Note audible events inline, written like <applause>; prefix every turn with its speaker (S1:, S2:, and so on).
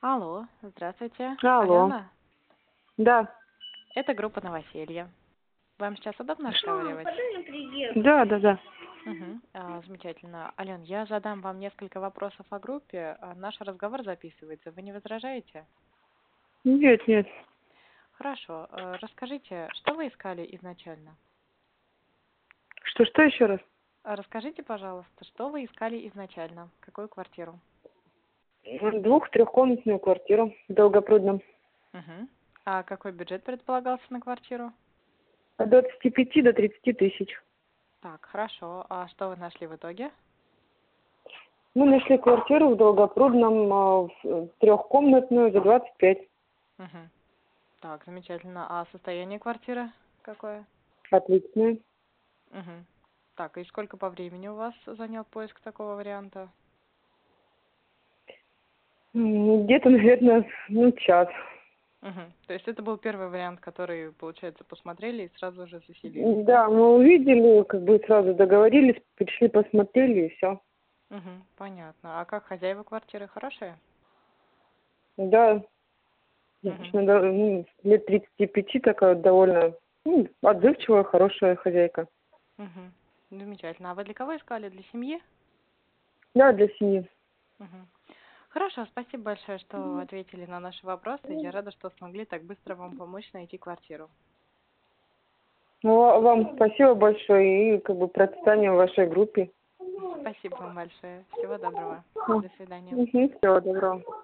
S1: Алло, здравствуйте.
S2: Алло.
S1: Алена?
S2: Да,
S1: Это группа «Новоселье». Вам сейчас удобно разговаривать?
S2: да, да, да.
S1: Мгм. А, замечательно. Ален, я задам вам несколько вопросов о группе. А, Наш разговор записывается. Вы не возражаете?
S2: Нет, нет.
S1: Хорошо. Э, Расскажите, что вы искали изначально?
S2: Что, что еще раз?
S1: А, Расскажите, пожалуйста, что вы искали изначально? Какую квартиру?
S2: Двух-трехкомнатную квартиру в Долгопрудном.
S1: Мгм. А какой бюджет предполагался на квартиру?
S2: От 25 до 30 тысяч.
S1: Так, хорошо. А что вы нашли в итоге?
S2: Мы нашли квартиру в Долгопрудном, а, в- трехкомнатную за 25.
S1: Мгм. Так, замечательно. А состояние квартиры какое?
S2: Отличная.
S1: Мгм. Так, и сколько по времени у вас занял поиск такого варианта?
S2: М, Где-то, <laughs> наверное, ну, час.
S1: Мгм. То есть это был первый вариант, который, получается, посмотрели и сразу же заселили.
S2: Да, мы увидели, как бы сразу договорились, пришли, посмотрели и все.
S1: Мгм. Понятно. А как хозяева квартиры хорошие?
S2: Да,
S1: Мгм.
S2: Обычно, да, ну, лет 35 такая вот довольно ну, отзывчивая, хорошая хозяйка.
S1: Мгм. Замечательно. А вы для кого искали? Для семьи?
S2: Да, для семьи.
S1: Мгм. Хорошо, спасибо большое, что ответили на наши вопросы. Я рада, что смогли так быстро вам помочь найти квартиру.
S2: Ну, а вам спасибо большое и как бы процветания в вашей группе.
S1: Спасибо вам большое. Всего доброго.
S2: Мгм.
S1: До свидания.
S2: Мгм, всего доброго.